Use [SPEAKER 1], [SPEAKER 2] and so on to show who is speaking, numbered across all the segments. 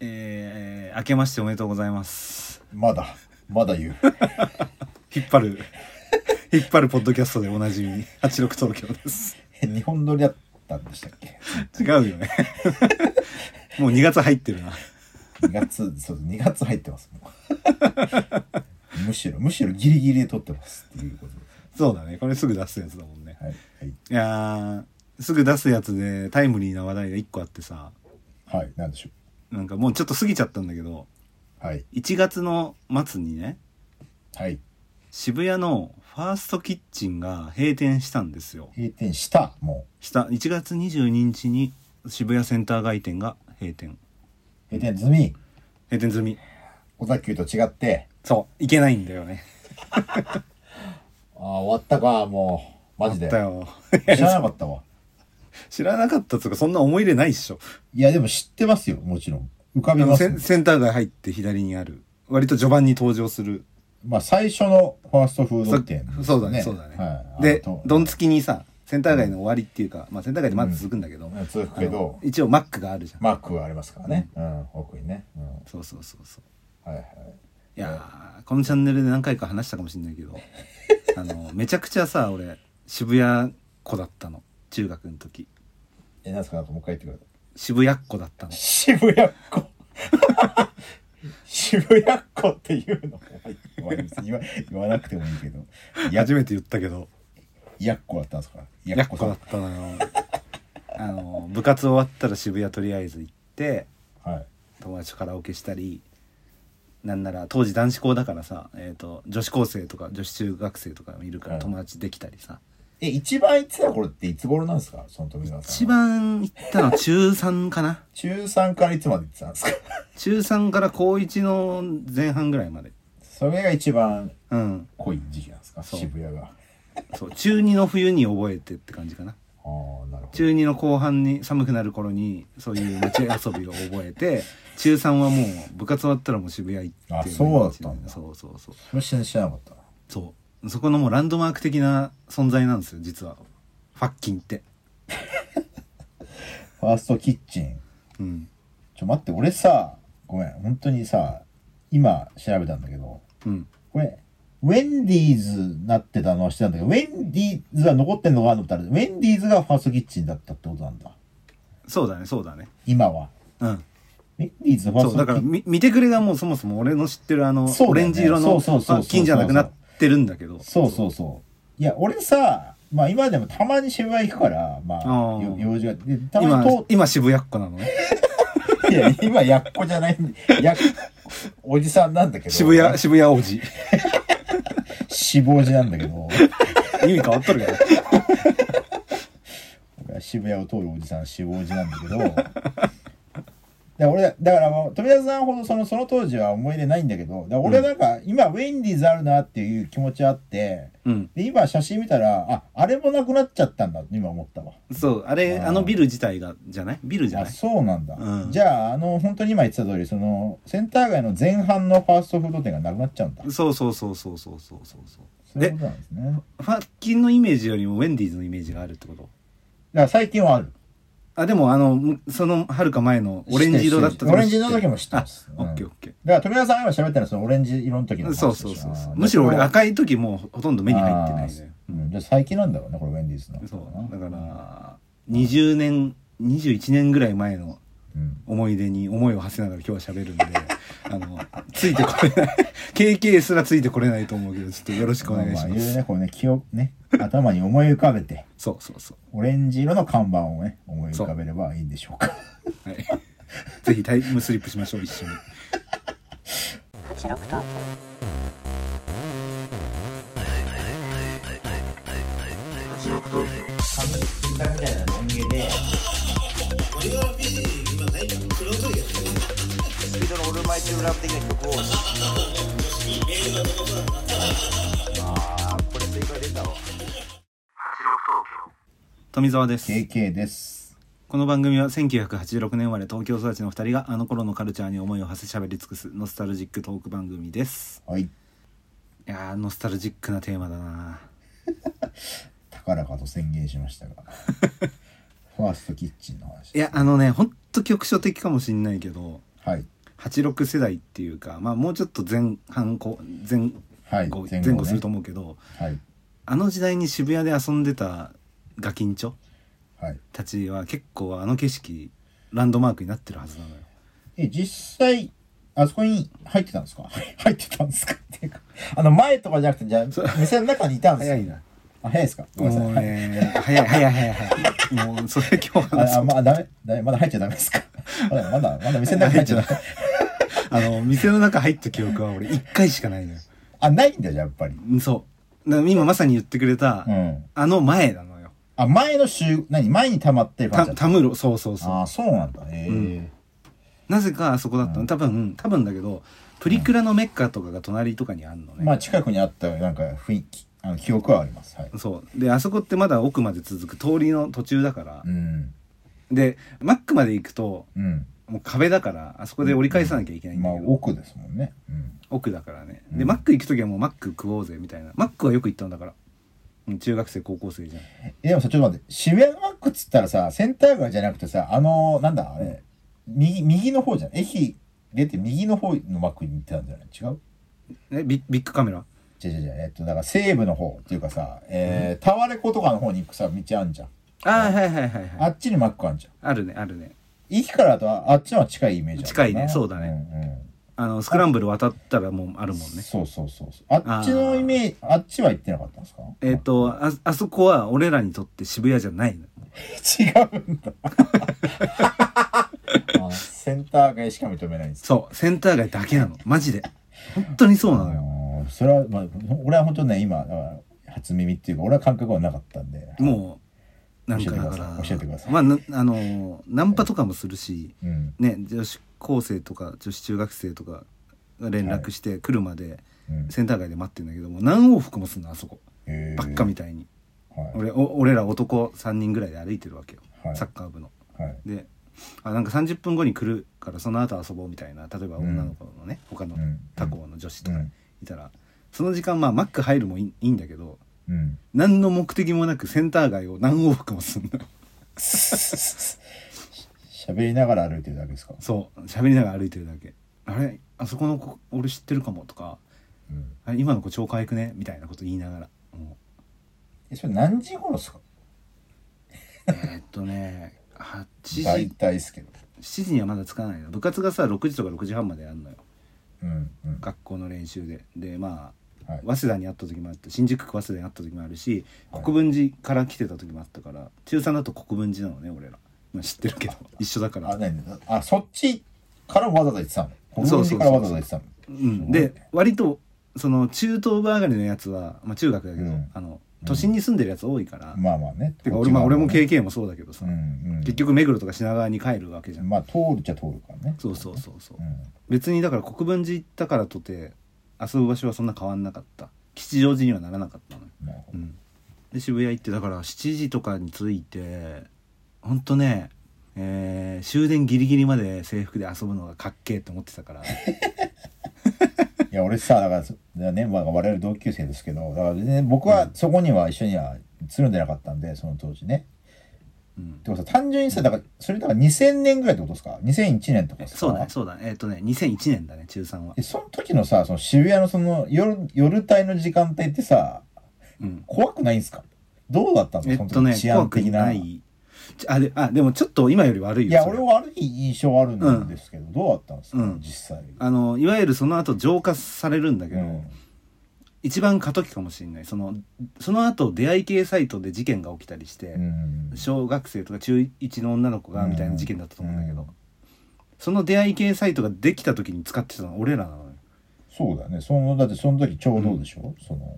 [SPEAKER 1] えー、明けましておめでとうございます。
[SPEAKER 2] まだ、まだ言う。
[SPEAKER 1] 引っ張る、引っ張るポッドキャストでおなじみ、86東京です。
[SPEAKER 2] 日本撮りだったんでしたっけ
[SPEAKER 1] 違うよね。 もう2月入ってるな。
[SPEAKER 2] ?2 月、そう、2月入ってます、もう むしろ、むしろギリギリで撮ってますっていうことで
[SPEAKER 1] そうだね。これすぐ出すやつだもんね。
[SPEAKER 2] はい、はい。
[SPEAKER 1] いやー、すぐ出すやつでタイムリーな話題が1個あってさ、
[SPEAKER 2] はい、なんでしょ
[SPEAKER 1] なんかもうちょっと過ぎちゃったんだけど、
[SPEAKER 2] う。はい、
[SPEAKER 1] 1月の末にね、
[SPEAKER 2] はい。
[SPEAKER 1] 渋谷のファーストキッチンが閉店したんですよ。
[SPEAKER 2] 閉店した、も
[SPEAKER 1] した、1月22日に渋谷センター街店が閉店。
[SPEAKER 2] う。閉店済み、
[SPEAKER 1] 閉店済み。
[SPEAKER 2] 小田急と違って、
[SPEAKER 1] そう、いけないんだよね。
[SPEAKER 2] ああ、終わったか、もう。マジで。
[SPEAKER 1] だよ。
[SPEAKER 2] 知らなかったわ。
[SPEAKER 1] 知らなかったっつうか、そんな思い入れないっしょ。
[SPEAKER 2] いや、でも知ってますよ、もちろん。浮か
[SPEAKER 1] あ
[SPEAKER 2] び
[SPEAKER 1] の
[SPEAKER 2] ます
[SPEAKER 1] セ
[SPEAKER 2] もん
[SPEAKER 1] ンセンター街入って左にある、割と序盤に登場する。
[SPEAKER 2] まあ、最初のファーストフード店、
[SPEAKER 1] そそうだね、そうだね。
[SPEAKER 2] はい。
[SPEAKER 1] で
[SPEAKER 2] あの、
[SPEAKER 1] どんつきにさ、センター街の終わりっていうか、まあセンター街でまだ続くんだけど、
[SPEAKER 2] うん続くけど
[SPEAKER 1] あの一応マックがあるじゃん。
[SPEAKER 2] マークはありますからね。うん、奥にね。うん。
[SPEAKER 1] そうそうそうそう。
[SPEAKER 2] はいはい。
[SPEAKER 1] いやーこのチャンネルで何回か話したかもしれない けどあのめちゃくちゃさ俺渋谷子だったの中学の時
[SPEAKER 2] え、なんすかなんかもう一回言ってくださ
[SPEAKER 1] 渋谷っ子だったの
[SPEAKER 2] い。渋谷っ子。渋谷っ子って言うのお前言わ言わなくてもいいけど。や、
[SPEAKER 1] 初めて言ったけど
[SPEAKER 2] やっこだったんですか
[SPEAKER 1] や
[SPEAKER 2] や
[SPEAKER 1] っ
[SPEAKER 2] っ
[SPEAKER 1] 子
[SPEAKER 2] こ
[SPEAKER 1] だったのよ あの部活終わったら渋谷とりあえず行って
[SPEAKER 2] さん。はい。
[SPEAKER 1] 友達とカラオケしたりなんなら当時男子校だからさ、えー、と女子高生とか女子中学生とかもいるから
[SPEAKER 2] はい
[SPEAKER 1] 友達できたりさ、
[SPEAKER 2] え、一番行ってた頃っていつ頃なんですかその富澤さん。
[SPEAKER 1] 一。番行ったのは中3かな
[SPEAKER 2] 中3からいつまで行ってたんですか
[SPEAKER 1] 中3から高1の前半ぐらいまで
[SPEAKER 2] それが一番
[SPEAKER 1] うん
[SPEAKER 2] 濃い時期なんですか
[SPEAKER 1] そう
[SPEAKER 2] 渋谷が。あ
[SPEAKER 1] そう中2の冬に覚えてって感じかな
[SPEAKER 2] あ、なるほど。
[SPEAKER 1] 中2の後半に寒くなる頃にそういう街遊びを覚え て中3はもう部活終わったらもう渋谷行って
[SPEAKER 2] あそうだったんだ
[SPEAKER 1] そうそうそう
[SPEAKER 2] それは知らなかったな。
[SPEAKER 1] そうそこのもうランドマーク的な存在なんですよ実はファッキンって
[SPEAKER 2] ファーストキッチン。
[SPEAKER 1] うん
[SPEAKER 2] ちょ、待って、俺さ、ごめん、本当にさ、今調べたんだけど、
[SPEAKER 1] うん
[SPEAKER 2] これ、ウェンディーズなってたのは知ってたんだけど、ウェンディーズは残ってんのかなと思ったら、ウェンディーズがファーストキッチンだったってことなんだ。
[SPEAKER 1] そうだねそうだね
[SPEAKER 2] 今は。
[SPEAKER 1] うん
[SPEAKER 2] ウェンディーズファー
[SPEAKER 1] そう
[SPEAKER 2] スト
[SPEAKER 1] だから
[SPEAKER 2] キッチン。
[SPEAKER 1] み見てくれがもうそもそも俺の知ってるあの、
[SPEAKER 2] そう
[SPEAKER 1] オ
[SPEAKER 2] だよ
[SPEAKER 1] レ
[SPEAKER 2] ね
[SPEAKER 1] ンジ色のフ
[SPEAKER 2] そうそうそうそう
[SPEAKER 1] ァッキンじゃなくなってるんだけど
[SPEAKER 2] そうそうそう。いや、俺さ、まあ今でもたまに渋谷行くから、まあ、
[SPEAKER 1] あー
[SPEAKER 2] よ用事が。でたま
[SPEAKER 1] 今
[SPEAKER 2] に通っ
[SPEAKER 1] 今渋谷っ子なのね
[SPEAKER 2] て、いや、今やっこじゃないんで、やっおじさんなんだけど。
[SPEAKER 1] 渋谷。渋谷王子
[SPEAKER 2] 死亡時なんだけど、
[SPEAKER 1] 意味変わっとるから
[SPEAKER 2] 俺は渋谷を通るおじさん死亡時なんだけど で俺だだからもう富田さんほどそのその当時は思い入れないんだけどだから俺はなんか、今ウェンディーズあるなっていう気持ちあって
[SPEAKER 1] うん
[SPEAKER 2] で今写真見たらああれもなくなっちゃったんだって今思ったわ
[SPEAKER 1] そうあれ
[SPEAKER 2] あ
[SPEAKER 1] あ
[SPEAKER 2] ー
[SPEAKER 1] のビル自体がじゃないビルじゃ
[SPEAKER 2] あ
[SPEAKER 1] ない
[SPEAKER 2] そうなんだ、
[SPEAKER 1] うん
[SPEAKER 2] じゃああの本当に今言ってた通りそのセンター街の前半のファーストフード店がなくなっちゃうんだ
[SPEAKER 1] そうそうそうそうそうそうそうそう
[SPEAKER 2] そういうことなんですねだか
[SPEAKER 1] ファッキンのイメージよりもウェンディーズのイメージがあるってこと
[SPEAKER 2] ら最近はある
[SPEAKER 1] あでもあのむそのはるか前のオレンジ色だった
[SPEAKER 2] オレンジ色の時
[SPEAKER 1] も
[SPEAKER 2] も知ってます
[SPEAKER 1] オッケ
[SPEAKER 2] う
[SPEAKER 1] ー
[SPEAKER 2] ん
[SPEAKER 1] オッケ
[SPEAKER 2] だから富田さんが今喋ったのはそのオレンジ色の時の
[SPEAKER 1] ー
[SPEAKER 2] 話
[SPEAKER 1] そうそうそう
[SPEAKER 2] でし
[SPEAKER 1] そ
[SPEAKER 2] ょ
[SPEAKER 1] うむしろ俺
[SPEAKER 2] で
[SPEAKER 1] 赤い時もうほとんど目に入ってない
[SPEAKER 2] あ
[SPEAKER 1] ね
[SPEAKER 2] ーうんじゃあ最近なんだろうねこれウェンディーズの
[SPEAKER 1] そうだから20年21年ぐらい前の
[SPEAKER 2] うん
[SPEAKER 1] 思い出に思いを馳せながら今日は喋るんで あのついてこれない KK すらついてこれないと思うけどちょっとよろしくお願いします、
[SPEAKER 2] まあまあいろいろねこうね気をね 頭に思い浮かべて
[SPEAKER 1] そうそうそう
[SPEAKER 2] オレンジ色の看板をね思い浮かべればいいんでしょう か
[SPEAKER 1] はい。 ぜひタイムスリップしましょう、一緒に。富澤です。
[SPEAKER 2] KK です
[SPEAKER 1] この番組は1986年生まれ東京育ちの2人があの頃のカルチャーに思いを馳せしゃべり尽くすノスタルジックトーク番組です
[SPEAKER 2] はい
[SPEAKER 1] いやーノスタルジックなテーマだな
[SPEAKER 2] 高らかと宣言しまし たがファーストキッチンの話
[SPEAKER 1] いやあのねほんと局所的かもしんないけど
[SPEAKER 2] はい
[SPEAKER 1] 86世代っていうか、まあ、もうちょっと前半後前
[SPEAKER 2] はい
[SPEAKER 1] 後,、前
[SPEAKER 2] 前後ね
[SPEAKER 1] 後すると思うけど
[SPEAKER 2] はい
[SPEAKER 1] あの時代に渋谷で遊んでたガキンチョ
[SPEAKER 2] はい
[SPEAKER 1] たちは結構あの景色ランドマークになってるはずなのよ。
[SPEAKER 2] え実際あそこに入ってたんですか 入ってたんですか っていうかあの前とかじゃなくてじゃあ店の中にいたんです
[SPEAKER 1] 早
[SPEAKER 2] か
[SPEAKER 1] いな。
[SPEAKER 2] あ早いですかごめんな
[SPEAKER 1] も
[SPEAKER 2] さ
[SPEAKER 1] う
[SPEAKER 2] い、
[SPEAKER 1] ね、早い早い早い早い。もうそれ今日話
[SPEAKER 2] ああまあダメダメまだ入っちゃダメですか まだまだまだ店の中入っちゃダメ
[SPEAKER 1] あの、店の中入った記憶は俺一回しかないのよ。
[SPEAKER 2] あないんだよやっぱり
[SPEAKER 1] うんそう。だから今まさに言ってくれた、
[SPEAKER 2] うん
[SPEAKER 1] あの前なのよ。
[SPEAKER 2] あ前の週何前に溜まってる感
[SPEAKER 1] た、
[SPEAKER 2] じだった
[SPEAKER 1] むろ、そうそうそう。
[SPEAKER 2] たあそうなんだへえ
[SPEAKER 1] うんなぜかあそこだったの。多分、多分だけど、プリクラのメッカとかが隣とかにあんのね。
[SPEAKER 2] まあ近くにあったなんか雰囲気あの記憶はありますはい
[SPEAKER 1] そう。で、あそこってまだ奥まで続く通りの途中だから
[SPEAKER 2] う。ん
[SPEAKER 1] で、マックまで行くと、
[SPEAKER 2] うん
[SPEAKER 1] もう壁だから、あそこで折り返さなきゃいけないん
[SPEAKER 2] ま
[SPEAKER 1] だ
[SPEAKER 2] あ
[SPEAKER 1] けど、
[SPEAKER 2] 奥ですもんねうん
[SPEAKER 1] 奥だからね。
[SPEAKER 2] う
[SPEAKER 1] で、
[SPEAKER 2] ん
[SPEAKER 1] マック行くときはもうマック食おうぜ、みたいな。マックはよく行ったんだから。うん中学生、高校生じゃん。
[SPEAKER 2] えでもさちょっと待って渋谷のマックっつったらさセンター街じゃなくてさあのなんだあれ、右右の方じゃん駅出て右の方のマックに行ってたんじゃない違う
[SPEAKER 1] ね、ビビッグカメラ
[SPEAKER 2] 違う違う違うえっとだから西部の方っていうかさ、えー、タワレコとかの方に行くさ道あんじゃん
[SPEAKER 1] ああ、はいはいはいはい。
[SPEAKER 2] あっちにマックあんじゃん
[SPEAKER 1] あるね、あるね。
[SPEAKER 2] 駅からだとああっちの方が近いイメージある
[SPEAKER 1] 近いねそうだね
[SPEAKER 2] うんうん
[SPEAKER 1] あの、スクランブル渡ったらもうあるもんね。
[SPEAKER 2] そうそうそうそう。あっちのイメージ、あっちは行ってなかったんですか
[SPEAKER 1] えっ、とあ、あそこは俺らにとって渋谷じゃないの。
[SPEAKER 2] 違うんだ。 あセンター街しか認めないんです。
[SPEAKER 1] そう、センター街だけなの。マジで。本当にそうなのよ。
[SPEAKER 2] あーそれは、まあ、俺は本当ね、今、だから初耳っていうか、俺は感覚はなかったんで。
[SPEAKER 1] もう、なんかだか
[SPEAKER 2] 教えてください
[SPEAKER 1] ら、
[SPEAKER 2] 教えてください
[SPEAKER 1] まあ、なあの、ナンパとかもするし、
[SPEAKER 2] うん。
[SPEAKER 1] ね、女子高生とか女子中学生とかが連絡して来るまで、
[SPEAKER 2] うん。
[SPEAKER 1] センター街で待ってんだけども、何往復もすんの、あそこ。
[SPEAKER 2] え
[SPEAKER 1] ばっかみたいに。
[SPEAKER 2] はい。
[SPEAKER 1] 俺、お俺ら男3人ぐらいで歩いてるわけよ。
[SPEAKER 2] はい
[SPEAKER 1] サッカー部の。
[SPEAKER 2] はい。
[SPEAKER 1] であなんか30分後に来るからその後遊ぼうみたいな例えば女の子のね、他の
[SPEAKER 2] うん
[SPEAKER 1] 他校の女子
[SPEAKER 2] う
[SPEAKER 1] とか
[SPEAKER 2] ん。
[SPEAKER 1] いたら、その時間まあマック入るもいいいいんだけど
[SPEAKER 2] うん。
[SPEAKER 1] 何の目的もなくセンター街を何往復もすんの
[SPEAKER 2] 喋りながら歩いてるだけですか。
[SPEAKER 1] そう喋りながら歩いてるだけあれあそこの子俺知ってるかもとか
[SPEAKER 2] うん。
[SPEAKER 1] あれ今の子超可愛くねみたいなこと言いながらも
[SPEAKER 2] え、それ何時頃ですか
[SPEAKER 1] うえーっと ね8
[SPEAKER 2] 大
[SPEAKER 1] 時
[SPEAKER 2] 体ですけど。
[SPEAKER 1] 7時にはまだ着かないの部活がさ6時とか6時半までやるのよ
[SPEAKER 2] うん。うん。
[SPEAKER 1] 学校の練習ででまあ
[SPEAKER 2] はい。
[SPEAKER 1] 早稲田にあった時もあった新宿区早稲田にあった時もあるし国分寺から来てた時もあったから中3だと国分寺なのね俺ら、まあ、知ってるけど一緒だか
[SPEAKER 2] あ、
[SPEAKER 1] ら、
[SPEAKER 2] 何あ、そっちからわざわざ行ってたの国
[SPEAKER 1] そう
[SPEAKER 2] 分
[SPEAKER 1] そうそう
[SPEAKER 2] 寺からわざわざ行ってたの
[SPEAKER 1] うん、で割とその中東部上がりのやつは、まあ、中学だけど、
[SPEAKER 2] うん
[SPEAKER 1] あの都心に住んでるやつ多いから、
[SPEAKER 2] まあまあね。
[SPEAKER 1] てか俺,、まあ、俺も
[SPEAKER 2] 経
[SPEAKER 1] KK もそうだけどさ、
[SPEAKER 2] うんうん、
[SPEAKER 1] 結局目黒とか品川に帰るわけじゃん、
[SPEAKER 2] まあ通るっちゃ通るからね。
[SPEAKER 1] そうそうそうそう、
[SPEAKER 2] うん
[SPEAKER 1] 別にだから国分寺行ったからとて遊ぶ場所はそんな変わんなかった吉祥寺にはならなかったのよ
[SPEAKER 2] なるほ
[SPEAKER 1] う
[SPEAKER 2] ど
[SPEAKER 1] ん、で渋谷行ってだから7時とかに着いてほんとね、えー終電ギリギリまで制服で遊ぶのがかっけえと思ってた から
[SPEAKER 2] いや俺さだからそだからね、まあ、我々同級生ですけどだから、ね、僕はそこには一緒にはつるんでなかったんでその当時ね。
[SPEAKER 1] うん
[SPEAKER 2] でもさ単純にさだからそれだから2000年ぐらいってことですか2001年とかさ
[SPEAKER 1] そうだねそうだねえっ、とね2001年だね中3は
[SPEAKER 2] え、その時のさその渋谷のその夜夜帯の時間帯ってさ
[SPEAKER 1] うん、
[SPEAKER 2] 怖くないんですかどうだったの
[SPEAKER 1] え
[SPEAKER 2] そ
[SPEAKER 1] っ
[SPEAKER 2] の
[SPEAKER 1] と
[SPEAKER 2] 時
[SPEAKER 1] ね
[SPEAKER 2] 治
[SPEAKER 1] 怖
[SPEAKER 2] 安
[SPEAKER 1] く
[SPEAKER 2] 的な。
[SPEAKER 1] ないちあであでもちょっと今より悪いよ
[SPEAKER 2] いや
[SPEAKER 1] それ
[SPEAKER 2] 俺悪い印象はあるんですけど、どうだったんですか、
[SPEAKER 1] うん
[SPEAKER 2] 実際。
[SPEAKER 1] あのいわゆるその後浄化されるんだけど、
[SPEAKER 2] うん
[SPEAKER 1] 一番過渡期かもしれないそのその後出会い系サイトで事件が起きたりして、
[SPEAKER 2] うん
[SPEAKER 1] 小学生とか中1の女の子がみたいな事件だったと思うんだけど、
[SPEAKER 2] うん
[SPEAKER 1] その出会い系サイトができた時に使ってたの俺らなのよ
[SPEAKER 2] そうだねそのだってその時ちょうどでしょ、その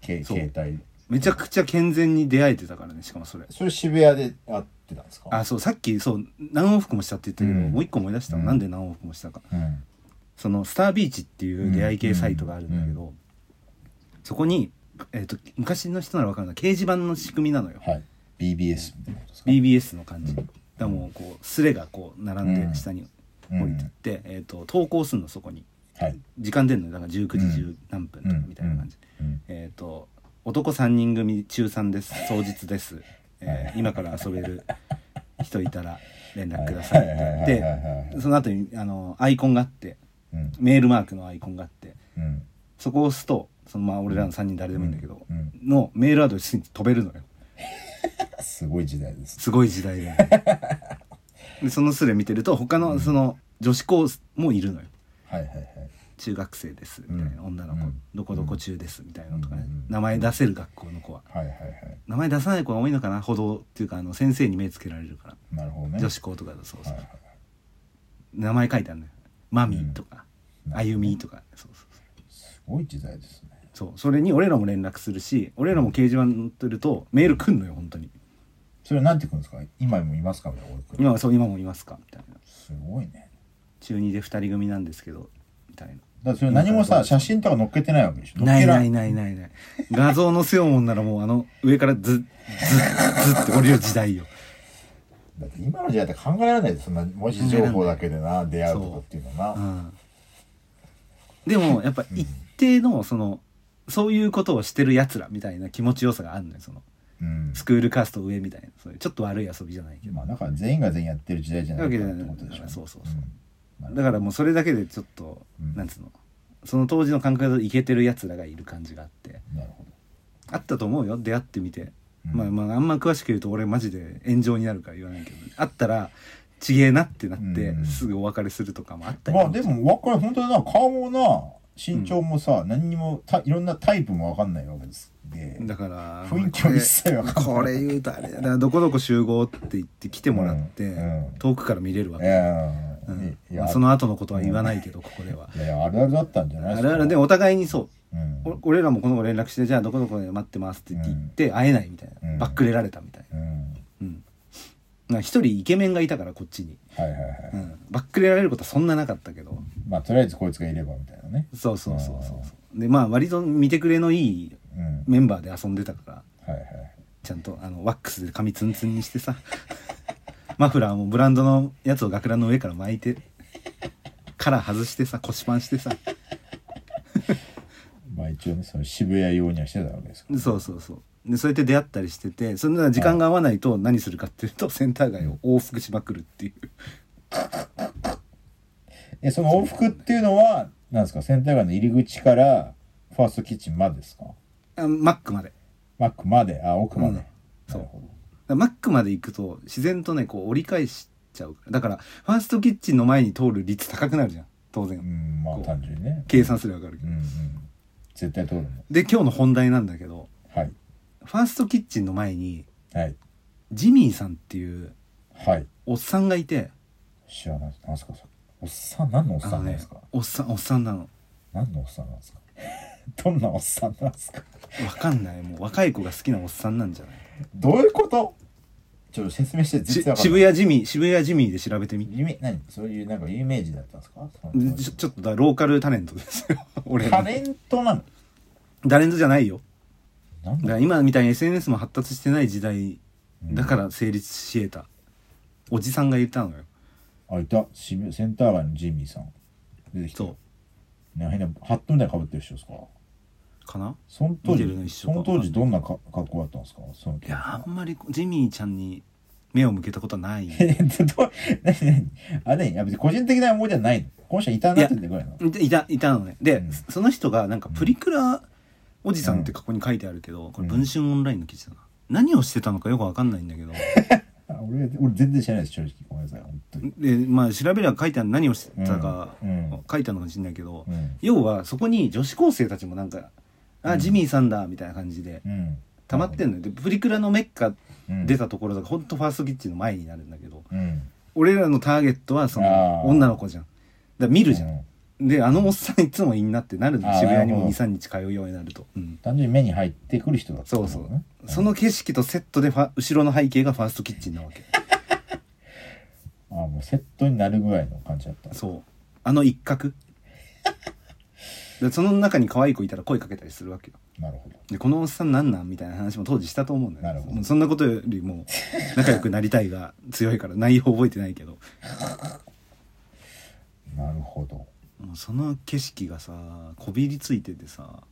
[SPEAKER 2] け
[SPEAKER 1] そう
[SPEAKER 2] 携帯
[SPEAKER 1] めちゃくちゃ健全に出会えてたからねしかもそれ
[SPEAKER 2] それ渋谷で会ってたんですか
[SPEAKER 1] あそうさっきそう何往復もしたって言ったけど、
[SPEAKER 2] うん
[SPEAKER 1] もう一個思い出したの、
[SPEAKER 2] うん
[SPEAKER 1] なんで何往復もしたか
[SPEAKER 2] うん
[SPEAKER 1] そのスタービーチっていう出会い系サイトがあるんだけど、そこに、えー、と昔の人なら分かるな掲示板の仕組みなのよ
[SPEAKER 2] はい BBS みたいなことですか
[SPEAKER 1] BBS の感じ、だからもうこうすれがこう並んで下に
[SPEAKER 2] うん
[SPEAKER 1] 降りてって、えー、と投稿するのそこに
[SPEAKER 2] はい、
[SPEAKER 1] 時間出んのよだから19時10何分とかみたいな感じ、
[SPEAKER 2] うん、
[SPEAKER 1] えっ、と男3人組中3です当日です、えー今から遊べる人いたら連絡くださいって言って
[SPEAKER 2] はいはいはいはいはい
[SPEAKER 1] その後にあのアイコンがあって
[SPEAKER 2] うん
[SPEAKER 1] メールマークのアイコンがあって
[SPEAKER 2] うん
[SPEAKER 1] そこを押すとそのまあ俺らの3人誰でもいいんだけど、
[SPEAKER 2] うんうん
[SPEAKER 1] のメールアドレスに飛べるのよ
[SPEAKER 2] すごい時代です
[SPEAKER 1] すごい時代だ よねでそのスレ見てると他のその女子高もいるのよ
[SPEAKER 2] はいはいはい
[SPEAKER 1] 中学生ですみたいな、
[SPEAKER 2] うん
[SPEAKER 1] 女の子、
[SPEAKER 2] うん
[SPEAKER 1] どこどこ中ですみたいなのとかね、
[SPEAKER 2] うん
[SPEAKER 1] 名前出せる学校の子は
[SPEAKER 2] はいはいはい
[SPEAKER 1] 名前出さない子が多いのかな歩道っていうかあの先生に目つけられるから、
[SPEAKER 2] なるほどね
[SPEAKER 1] 女子高とかだとそうそう、
[SPEAKER 2] はいはい
[SPEAKER 1] 名前書いてあるのよマミーとか、
[SPEAKER 2] うん
[SPEAKER 1] あゆみとかそうそうそう
[SPEAKER 2] すごい時代ですね
[SPEAKER 1] そうそれに俺らも連絡するし俺らも掲示板に載ってるとメール来んのよ本当に
[SPEAKER 2] それなんてくんですか今もいますかみたいなこと
[SPEAKER 1] 今はそう今もいますかみたいな
[SPEAKER 2] すごいね
[SPEAKER 1] 中2で2人組なんですけどみたいな
[SPEAKER 2] だからそれ何もさ写真とか載っけてないわけでしょ
[SPEAKER 1] ないない
[SPEAKER 2] い
[SPEAKER 1] ないないない画像のせようもんならもうあの上からずっずっずって降りる時代よ
[SPEAKER 2] だって今の時代って考えられないですそんな文字情報だけでな出会うとかっていうのは
[SPEAKER 1] う
[SPEAKER 2] なん
[SPEAKER 1] でもやっぱ一定のそのそういうことをしてるやつらみたいな気持ちよさがあるのよその
[SPEAKER 2] うん
[SPEAKER 1] スクールカースト上みたいなそういうちょっと悪い遊びじゃないけど
[SPEAKER 2] まあだから全員が全員やってる時代じゃないからってことでしょ
[SPEAKER 1] わけじゃないそうそうそう
[SPEAKER 2] なるほ
[SPEAKER 1] だ
[SPEAKER 2] ど
[SPEAKER 1] からもうそれだけでちょっと、
[SPEAKER 2] うん
[SPEAKER 1] なんつうのその当時の感覚だとイケてるやつらがいる感じがあって
[SPEAKER 2] なるほど
[SPEAKER 1] あったと思うよ出会ってみて、
[SPEAKER 2] うん
[SPEAKER 1] まあまああんま詳しく言うと俺マジで炎上になるから言わないけど、あったらちげえなってなって、
[SPEAKER 2] うん
[SPEAKER 1] すぐお別れするとかもあったり
[SPEAKER 2] まあでも分かる本当にな顔もな身長もさ、何にもたいろんなタイプも分かんないわけですで
[SPEAKER 1] だから
[SPEAKER 2] 雰囲気は一切わかんない
[SPEAKER 1] これ言うとあれだなどこどこ集合って言って来てもらって、
[SPEAKER 2] うんうん
[SPEAKER 1] 遠くから見れるわ
[SPEAKER 2] い
[SPEAKER 1] け、
[SPEAKER 2] や
[SPEAKER 1] う
[SPEAKER 2] い
[SPEAKER 1] ん
[SPEAKER 2] や
[SPEAKER 1] まあその後のことは言わないけど、ここではい
[SPEAKER 2] やあるあるだったんじゃない
[SPEAKER 1] あ
[SPEAKER 2] です
[SPEAKER 1] れ
[SPEAKER 2] か
[SPEAKER 1] あれでお互いにそう
[SPEAKER 2] うん
[SPEAKER 1] お俺らもこの子連絡してじゃあどこどこで待ってますって言って行って会えないみたいな、
[SPEAKER 2] うん
[SPEAKER 1] バックレられたみたいな
[SPEAKER 2] うん
[SPEAKER 1] うんなんか一人イケメンがいたからこっちに、
[SPEAKER 2] はいはいは
[SPEAKER 1] う
[SPEAKER 2] い
[SPEAKER 1] ん、バックレられることはそんななかったけど
[SPEAKER 2] まあとりあえずこいつがいればみたいなね
[SPEAKER 1] そうそうそうそうそうでまあ割と見てくれのいい
[SPEAKER 2] うん
[SPEAKER 1] メンバーで遊んでたから
[SPEAKER 2] はいはい
[SPEAKER 1] ちゃんとあのワックスで髪ツンツンにしてさ マフラーもブランドのやつを学ランの上から巻いてカラー外してさ腰パンしてさ
[SPEAKER 2] まあ一応ねその渋谷用にはしてたわけですから
[SPEAKER 1] そうそうそうでそうやって出会ったりしててそんな時間が合わないと何するかっていうとセンター街を往復しまくるっていう
[SPEAKER 2] えその往復っていうのはなんですかセンター街の入り口からファーストキッチンまでですか
[SPEAKER 1] あマックまで
[SPEAKER 2] マックまであ奥まで、
[SPEAKER 1] うんそう
[SPEAKER 2] なるほど
[SPEAKER 1] マックまで行くと自然とねこう折り返しちゃうからだからファーストキッチンの前に通る率高くなるじゃん当
[SPEAKER 2] う
[SPEAKER 1] 然
[SPEAKER 2] んまあ
[SPEAKER 1] こう
[SPEAKER 2] 単純にね
[SPEAKER 1] 計算すればわかるけ
[SPEAKER 2] う
[SPEAKER 1] ど
[SPEAKER 2] んうん絶対通るの
[SPEAKER 1] で今日の本題なんだけど
[SPEAKER 2] はい
[SPEAKER 1] ファーストキッチンの前に
[SPEAKER 2] はい
[SPEAKER 1] ジミーさんっていう
[SPEAKER 2] はい
[SPEAKER 1] おっさんがいて
[SPEAKER 2] 知らないなんすかそれおっさん何のおっ
[SPEAKER 1] あ
[SPEAKER 2] さ
[SPEAKER 1] の
[SPEAKER 2] んなん
[SPEAKER 1] ね
[SPEAKER 2] ですか、
[SPEAKER 1] おっさんおっさんなの
[SPEAKER 2] 何のおっさんなんですか どんなおっさんなんですか
[SPEAKER 1] わかんないもう若い子が好きなおっさんなんじゃない
[SPEAKER 2] どういうことちょっと説明して
[SPEAKER 1] し
[SPEAKER 2] 実は
[SPEAKER 1] 渋谷ジミー渋谷ジミーで調べてみ
[SPEAKER 2] 谷何そういうなんか有名人だったんですかその
[SPEAKER 1] ちょちょっとだローカルタレントです よ俺
[SPEAKER 2] タレントなの
[SPEAKER 1] タレントじゃないよ
[SPEAKER 2] なん
[SPEAKER 1] だか
[SPEAKER 2] だ
[SPEAKER 1] ら今みたいに SNS も発達してない時代だから成立し得た、おじさんがいたのよ
[SPEAKER 2] あいた渋谷センター街のジミーさん出てきた
[SPEAKER 1] そ
[SPEAKER 2] なんか変なハットみたいなの被ってる人ですか
[SPEAKER 1] うかな
[SPEAKER 2] その当
[SPEAKER 1] 見てるの
[SPEAKER 2] 時
[SPEAKER 1] 一緒か
[SPEAKER 2] その当時どんなか格好だったんですかその時
[SPEAKER 1] いやあんまりジミーちゃんに目を向けたことはないい
[SPEAKER 2] えっとどう何何 あれいや別に個人的な思い出はないのこの人いたなってぐらいの
[SPEAKER 1] たいたのねで、
[SPEAKER 2] うん
[SPEAKER 1] その人がなんかプリクラおじさんってここに書いてあるけど、これ文春オンラインの記事だな何をしてたのかよくわかんないんだけど
[SPEAKER 2] あ俺俺全然知らないです正直ごめんなさい本当に
[SPEAKER 1] でまあ調べりゃ書いてある何をしてたか、
[SPEAKER 2] うんうん
[SPEAKER 1] 書いてあるのかもしれないけど、
[SPEAKER 2] うん
[SPEAKER 1] 要はそこに女子高生たちもなんか「あジミーさんだ」みたいな感じで
[SPEAKER 2] うん
[SPEAKER 1] 溜まってんのよでプリクラのメッカ
[SPEAKER 2] うん
[SPEAKER 1] 出たところとかほんとファーストキッチンの前になるんだけど
[SPEAKER 2] うん
[SPEAKER 1] 俺らのターゲットはそ
[SPEAKER 2] あ
[SPEAKER 1] の
[SPEAKER 2] ー
[SPEAKER 1] 女の子じゃんだから見るじゃん
[SPEAKER 2] うん
[SPEAKER 1] であのおっさんいつもいんなってなるの
[SPEAKER 2] あー
[SPEAKER 1] 渋谷に
[SPEAKER 2] なる
[SPEAKER 1] も
[SPEAKER 2] ほど
[SPEAKER 1] 23日通うようになると、うん、
[SPEAKER 2] 単純に目に入ってくる人だった
[SPEAKER 1] そ
[SPEAKER 2] ん
[SPEAKER 1] う
[SPEAKER 2] だ
[SPEAKER 1] そ
[SPEAKER 2] ろ
[SPEAKER 1] う、
[SPEAKER 2] ね
[SPEAKER 1] その景色とセットでファ後ろの背景がファーストキッチンなわけ
[SPEAKER 2] あもうセットになるぐらいの感じだった
[SPEAKER 1] そうあの一角でその中に可愛い子いたら声かけたりするわけよ
[SPEAKER 2] なるほど
[SPEAKER 1] でこのおっさんなんなんみたいな話も当時したと思うんだ
[SPEAKER 2] な
[SPEAKER 1] よ
[SPEAKER 2] る
[SPEAKER 1] ね
[SPEAKER 2] ほど
[SPEAKER 1] もうそんなことよりも仲良くなりたいが強いから内容覚えてないけど
[SPEAKER 2] なるほど
[SPEAKER 1] もうその景色がさこびりついててさ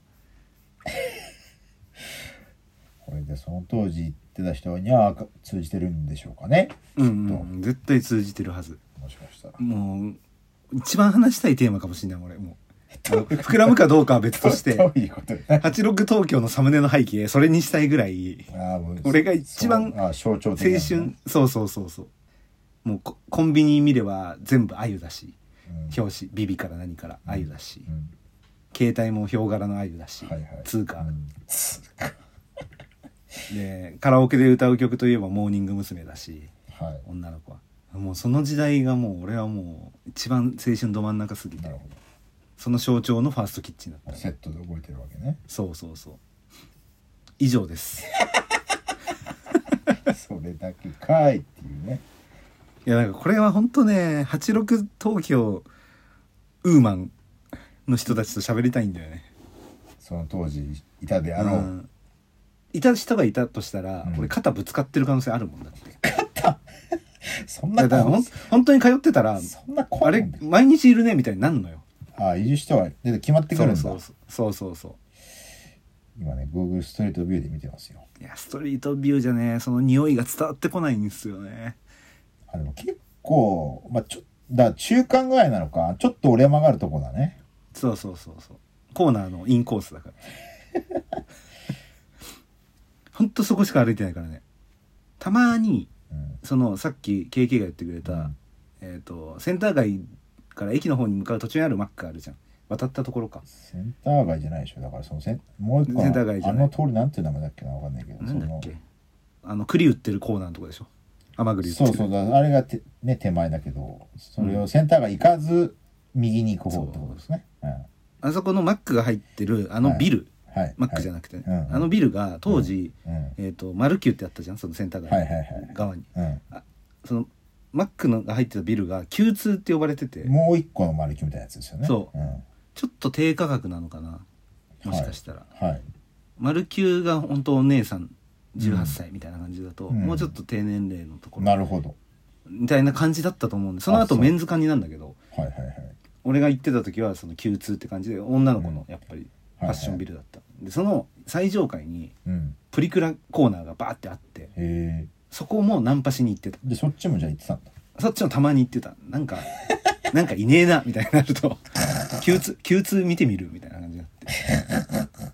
[SPEAKER 2] これでその当時行ってってた人には通じてるんでしょうかね
[SPEAKER 1] うんうん絶対通じてるはず
[SPEAKER 2] もしかしたら
[SPEAKER 1] もう一番話したいテーマかもしれない俺もうあの膨らむかどうかは別として
[SPEAKER 2] どういうことだ
[SPEAKER 1] 86東京のサムネの背景それにしたいぐらい
[SPEAKER 2] あーもう
[SPEAKER 1] 俺が一番
[SPEAKER 2] そうあー象徴
[SPEAKER 1] 青
[SPEAKER 2] 的
[SPEAKER 1] 春
[SPEAKER 2] な
[SPEAKER 1] そうそうそうそうもうココンビニ見れば全部鮎だし
[SPEAKER 2] うん
[SPEAKER 1] 表紙ビビから何から鮎だし、
[SPEAKER 2] うん
[SPEAKER 1] 携帯もヒョウ柄の鮎だし、
[SPEAKER 2] はいはい
[SPEAKER 1] 通貨
[SPEAKER 2] う、んつうか
[SPEAKER 1] でカラオケで歌う曲といえばモーニング娘。だし
[SPEAKER 2] はい
[SPEAKER 1] 女の子はもうその時代がもう俺はもう一番青春ど真ん中すぎ
[SPEAKER 2] な
[SPEAKER 1] て
[SPEAKER 2] るほ
[SPEAKER 1] その象徴のファーストキッチンだった
[SPEAKER 2] どセットで覚えてるわけね
[SPEAKER 1] そうそうそう以上です
[SPEAKER 2] それだけかいっていうね
[SPEAKER 1] いやなんかこれは本当ね86東京ウーマンの人たちと喋りたいんだよね
[SPEAKER 2] その当時いたであ
[SPEAKER 1] う
[SPEAKER 2] ろうん
[SPEAKER 1] いた人がいたとしたら、
[SPEAKER 2] うん
[SPEAKER 1] 俺肩ぶつかってる可能性あるもんだって
[SPEAKER 2] そん
[SPEAKER 1] だ
[SPEAKER 2] な
[SPEAKER 1] からほん本当に通ってたら
[SPEAKER 2] そんな
[SPEAKER 1] あ
[SPEAKER 2] 怖い
[SPEAKER 1] れ毎日いるねみたいになるのよ
[SPEAKER 2] ああ移住してはで決まってく
[SPEAKER 1] そ
[SPEAKER 2] るん
[SPEAKER 1] う
[SPEAKER 2] だ
[SPEAKER 1] そうそうそうそうそう
[SPEAKER 2] 今ね Google ストリートビューで見てますよ
[SPEAKER 1] いやストリートビューじゃねその匂いが伝わってこないんですよね
[SPEAKER 2] あでも結構まあちょだから中間ぐらいなのかちょっと折れ曲がるとこだね
[SPEAKER 1] そうそうそうそうコーナーのインコースだ からほんとそこしか歩いてないからねたまに
[SPEAKER 2] うん
[SPEAKER 1] そのさっき KK が言ってくれた、
[SPEAKER 2] うん
[SPEAKER 1] えっ、とセンター街から駅の方に向かう途中にあるマックがあるじゃん渡ったところか
[SPEAKER 2] センター街じゃないでしょだからそのセンもう一個の
[SPEAKER 1] センター街じゃ
[SPEAKER 2] あ
[SPEAKER 1] ない
[SPEAKER 2] の通りなんていう名前だっけなわかんないけど
[SPEAKER 1] なんだっけ
[SPEAKER 2] その
[SPEAKER 1] あの栗売ってるコーナーのとこでしょ甘栗売って
[SPEAKER 2] そ
[SPEAKER 1] る
[SPEAKER 2] うそうだあれがてね手前だけどそれをセンター街行かず右に行く方ってことですね、うん
[SPEAKER 1] あそこのマックが入ってるあのビル、
[SPEAKER 2] はい
[SPEAKER 1] マックじゃ
[SPEAKER 2] な
[SPEAKER 1] なくてね、
[SPEAKER 2] うん
[SPEAKER 1] あのビルが当時、
[SPEAKER 2] い、うん
[SPEAKER 1] えっ、とマルキューってあったじゃんそのセンター街の
[SPEAKER 2] はいはいはい
[SPEAKER 1] 側に、
[SPEAKER 2] うん
[SPEAKER 1] そのマックのが入ってたビルが Q2 って呼ばれてて
[SPEAKER 2] もう一個の丸木みたいなやつですよね、
[SPEAKER 1] そう
[SPEAKER 2] ん、
[SPEAKER 1] ちょっと低価格なのかなもしかしたら、
[SPEAKER 2] はい
[SPEAKER 1] マルキューが本当お姉さん18歳みたいな感じだと、
[SPEAKER 2] うん
[SPEAKER 1] もうちょっと低年齢のところ
[SPEAKER 2] なるほど
[SPEAKER 1] みたいな感じだったと思うんでその後
[SPEAKER 2] あそう
[SPEAKER 1] メンズ館になるんだけど
[SPEAKER 2] はいはいはい
[SPEAKER 1] 俺が行ってた時はその Q2 って感じで女の子の
[SPEAKER 2] う
[SPEAKER 1] やっぱりフ
[SPEAKER 2] は
[SPEAKER 1] ァッ
[SPEAKER 2] いはい
[SPEAKER 1] ションビルだった、でその最上階に
[SPEAKER 2] うん
[SPEAKER 1] プリクラコーナーがバーってあって
[SPEAKER 2] へえ
[SPEAKER 1] そこもナンパしに行ってた
[SPEAKER 2] でそっちもじゃあ行ってたんだ
[SPEAKER 1] そっちもたまに行ってたなん かなんかいねえなみたいになると Q2, Q2 見てみるみたいな感じになって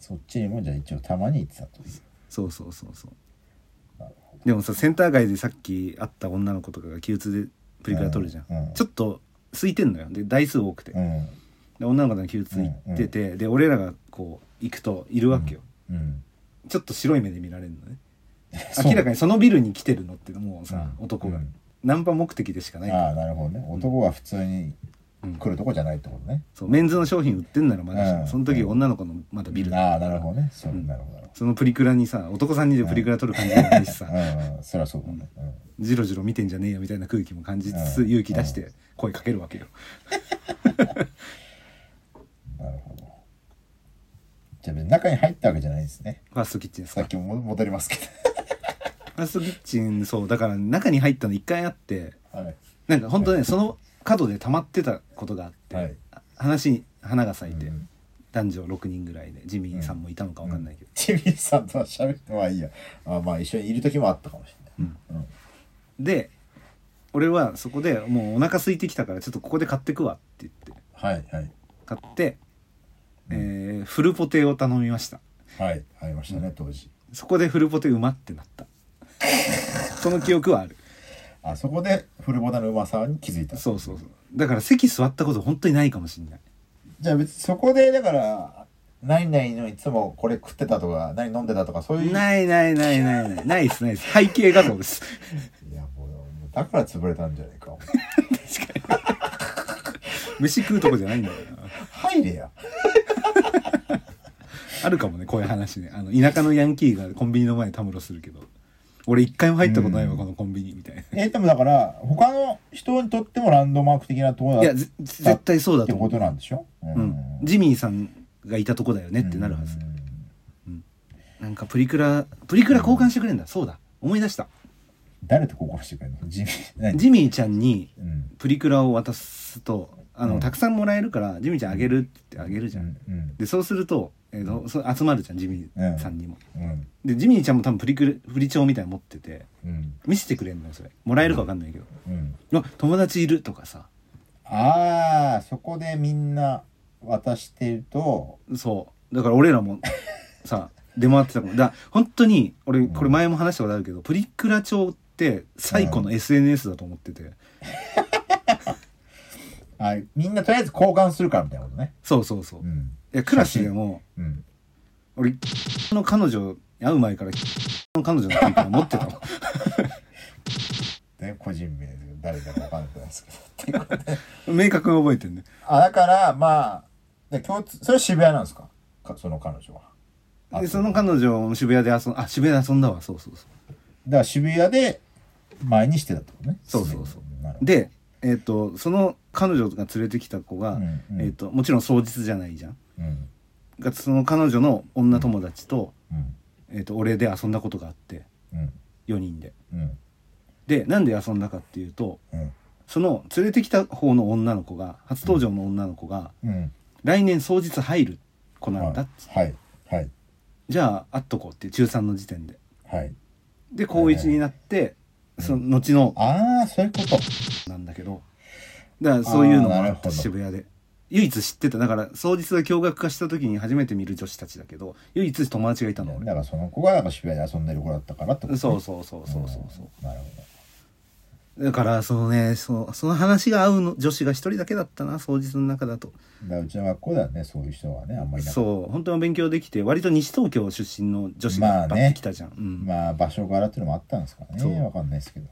[SPEAKER 2] そっちにもじゃあ一応たまに行ってたという
[SPEAKER 1] そうそうそうそう
[SPEAKER 2] なるほど
[SPEAKER 1] でもさセンター街でさっき会った女の子とかが Q2 でプリクラ撮るじゃん、
[SPEAKER 2] うんうん
[SPEAKER 1] ちょっと空いてんのよで台数多くて、
[SPEAKER 2] うん
[SPEAKER 1] で女の子の Q2 行ってて、で俺らがこう行くといるわけよ、
[SPEAKER 2] うん
[SPEAKER 1] ちょっと白い目で見られるのね
[SPEAKER 2] そう
[SPEAKER 1] 明らかにそのビルに来てるのってもうさ、
[SPEAKER 2] うん
[SPEAKER 1] 男が、
[SPEAKER 2] うん
[SPEAKER 1] ナンパ目的でしかないから
[SPEAKER 2] ああなるほどね男が普通に来るとこじゃないってことね、
[SPEAKER 1] そうメンズの商品売ってんならまだしも、
[SPEAKER 2] うん
[SPEAKER 1] その時女の子のまだビルだ
[SPEAKER 2] ああなるほどねそう、
[SPEAKER 1] ん
[SPEAKER 2] なるほどなる
[SPEAKER 1] そのプリクラにさ男3人でプリクラ撮る感じじゃないしさ、
[SPEAKER 2] ほどうん、うん、そりゃそうだね、うん
[SPEAKER 1] ジロジロ見てんじゃねえよみたいな空気も感じつつ、
[SPEAKER 2] うん
[SPEAKER 1] 勇気出して声かけるわけよ、
[SPEAKER 2] なるほどじゃあ別に中に入ったわけじゃないですね
[SPEAKER 1] ファーストキッチンです
[SPEAKER 2] さ
[SPEAKER 1] か
[SPEAKER 2] っきも戻りますけ
[SPEAKER 1] ファーストキッチンそうだから中に入ったの1回あって
[SPEAKER 2] ど はい
[SPEAKER 1] なんかほんとねその角で溜まってたことがあって、
[SPEAKER 2] はい
[SPEAKER 1] 話に花が咲いて、
[SPEAKER 2] うん
[SPEAKER 1] 男女6人ぐらいでジミーさんもいたのか分かんないけど、
[SPEAKER 2] ジミーさんとは喋ってもいいやあまあ一緒にいる時もあったかもしれない、うん
[SPEAKER 1] で俺はそこでもうお腹空いてきたからちょっとここで買ってくわって言って
[SPEAKER 2] はいはい
[SPEAKER 1] 買って、えーフルポテを頼みました
[SPEAKER 2] はいありましたね当時
[SPEAKER 1] そこでフルポテうまってなった その記憶はある
[SPEAKER 2] あそこで古ボタのうまさに気づいた
[SPEAKER 1] そうそうそうだから席座ったこと本当にないかもしれない
[SPEAKER 2] じゃあ別にそこでだから何々のいつもこれ食ってたとか何飲んでたとかそういう
[SPEAKER 1] ないないないないないないですないです背景画像です
[SPEAKER 2] いやもうだから潰れたんじゃないか
[SPEAKER 1] 飯食うとこじゃないんだよな
[SPEAKER 2] 入れや
[SPEAKER 1] あるかもねこういう話ねあの田舎のヤンキーがコンビニの前にたむろするけど俺一回も入ったことないわ、このコンビニみたいな
[SPEAKER 2] えでもだから他の人にとってもランドマーク的なところ
[SPEAKER 1] い
[SPEAKER 2] だ
[SPEAKER 1] や
[SPEAKER 2] っ
[SPEAKER 1] ぜ絶対そうだと
[SPEAKER 2] てこ
[SPEAKER 1] 思う
[SPEAKER 2] となんでしょう
[SPEAKER 1] うん、ジミーさんがいたとこだよねってなるはず、
[SPEAKER 2] うん
[SPEAKER 1] なんかプリクラプリクラ交換してくれんだ、そうだ思い出した
[SPEAKER 2] 誰と交換してくれるのジミー何
[SPEAKER 1] ジミーちゃんに
[SPEAKER 2] うん
[SPEAKER 1] プリクラを渡すとあの、
[SPEAKER 2] うん
[SPEAKER 1] たくさんもらえるからジミーちゃんあげるって言ってあげるじ
[SPEAKER 2] う
[SPEAKER 1] ゃん、
[SPEAKER 2] んうん
[SPEAKER 1] でそうすると、えーとそ集まるじゃんジミーさんにも、
[SPEAKER 2] うん
[SPEAKER 1] でジミーちゃんも多分プリクルプリ帳みたいなの持ってて
[SPEAKER 2] うん
[SPEAKER 1] 見せてくれんのよそれもらえるか分かんないけど、
[SPEAKER 2] うん
[SPEAKER 1] うわ友達いるとかさ
[SPEAKER 2] ああそこでみんな渡してると
[SPEAKER 1] そうだから俺らもさ出回ってたもんだから本当に俺これ前も話したことあるけど、プリクラ帳って最古の SNS だと思ってて、
[SPEAKER 2] あみんなとりあえず交換するからみたいなことね
[SPEAKER 1] そうそうそう、
[SPEAKER 2] う
[SPEAKER 1] い
[SPEAKER 2] ん
[SPEAKER 1] やクラスでも
[SPEAKER 2] うん
[SPEAKER 1] 俺の彼女会う前からの彼女のプリクラ持ってたもん
[SPEAKER 2] で個人名で誰だか分かんなくないですけどっていうことで
[SPEAKER 1] 明確に覚えてるね
[SPEAKER 2] あだからまあで共通それは渋谷なんですかかその彼女はあ
[SPEAKER 1] でその彼女も渋谷で遊んあ渋谷で遊んだわそうそうそ
[SPEAKER 2] だから渋谷で前にしてたってことね
[SPEAKER 1] そうそうそう
[SPEAKER 2] なる
[SPEAKER 1] う
[SPEAKER 2] ほど
[SPEAKER 1] でえっ、とその彼女が連れてきた子が、
[SPEAKER 2] うんうん
[SPEAKER 1] えっともちろん双日じゃないじゃん
[SPEAKER 2] うん
[SPEAKER 1] がその彼女の女友達と,、
[SPEAKER 2] うん
[SPEAKER 1] えっと俺で遊んだことがあって
[SPEAKER 2] うん
[SPEAKER 1] 4人で
[SPEAKER 2] うん
[SPEAKER 1] でなんで遊んだかっていうと
[SPEAKER 2] うん
[SPEAKER 1] その連れてきた方の女の子が初登場の女の子が、
[SPEAKER 2] うん
[SPEAKER 1] 来年双日入る子なんだっつ
[SPEAKER 2] はいはい
[SPEAKER 1] じゃあ会っとこうって中3の時点で
[SPEAKER 2] はい
[SPEAKER 1] で高1になって、その後の
[SPEAKER 2] ああそういうこと
[SPEAKER 1] なんだけどだからそういうのも
[SPEAKER 2] あーな
[SPEAKER 1] あ
[SPEAKER 2] る
[SPEAKER 1] っ
[SPEAKER 2] ほ
[SPEAKER 1] た
[SPEAKER 2] ど
[SPEAKER 1] 渋谷で唯一知ってただから双日が驚愕化した時に初めて見る女子たちだけど唯一友達がいたの俺
[SPEAKER 2] だからその子がなんか渋谷で遊んでる子だったからってことね
[SPEAKER 1] そうそうそうそうそうそう
[SPEAKER 2] なるほ
[SPEAKER 1] だからそのねそのその話が合うの女子が一人だけだったな双日の中だと
[SPEAKER 2] どだからうちの学校ではねそういう人はねあんまりいなかっ
[SPEAKER 1] そう本当に勉強できて割と西東京出身の女子
[SPEAKER 2] ま
[SPEAKER 1] が
[SPEAKER 2] あ
[SPEAKER 1] バッ
[SPEAKER 2] ね
[SPEAKER 1] てきたじゃん、う
[SPEAKER 2] た
[SPEAKER 1] ん
[SPEAKER 2] まあ場所柄っていうのもあったんですか
[SPEAKER 1] そう
[SPEAKER 2] ねわかんないですけど、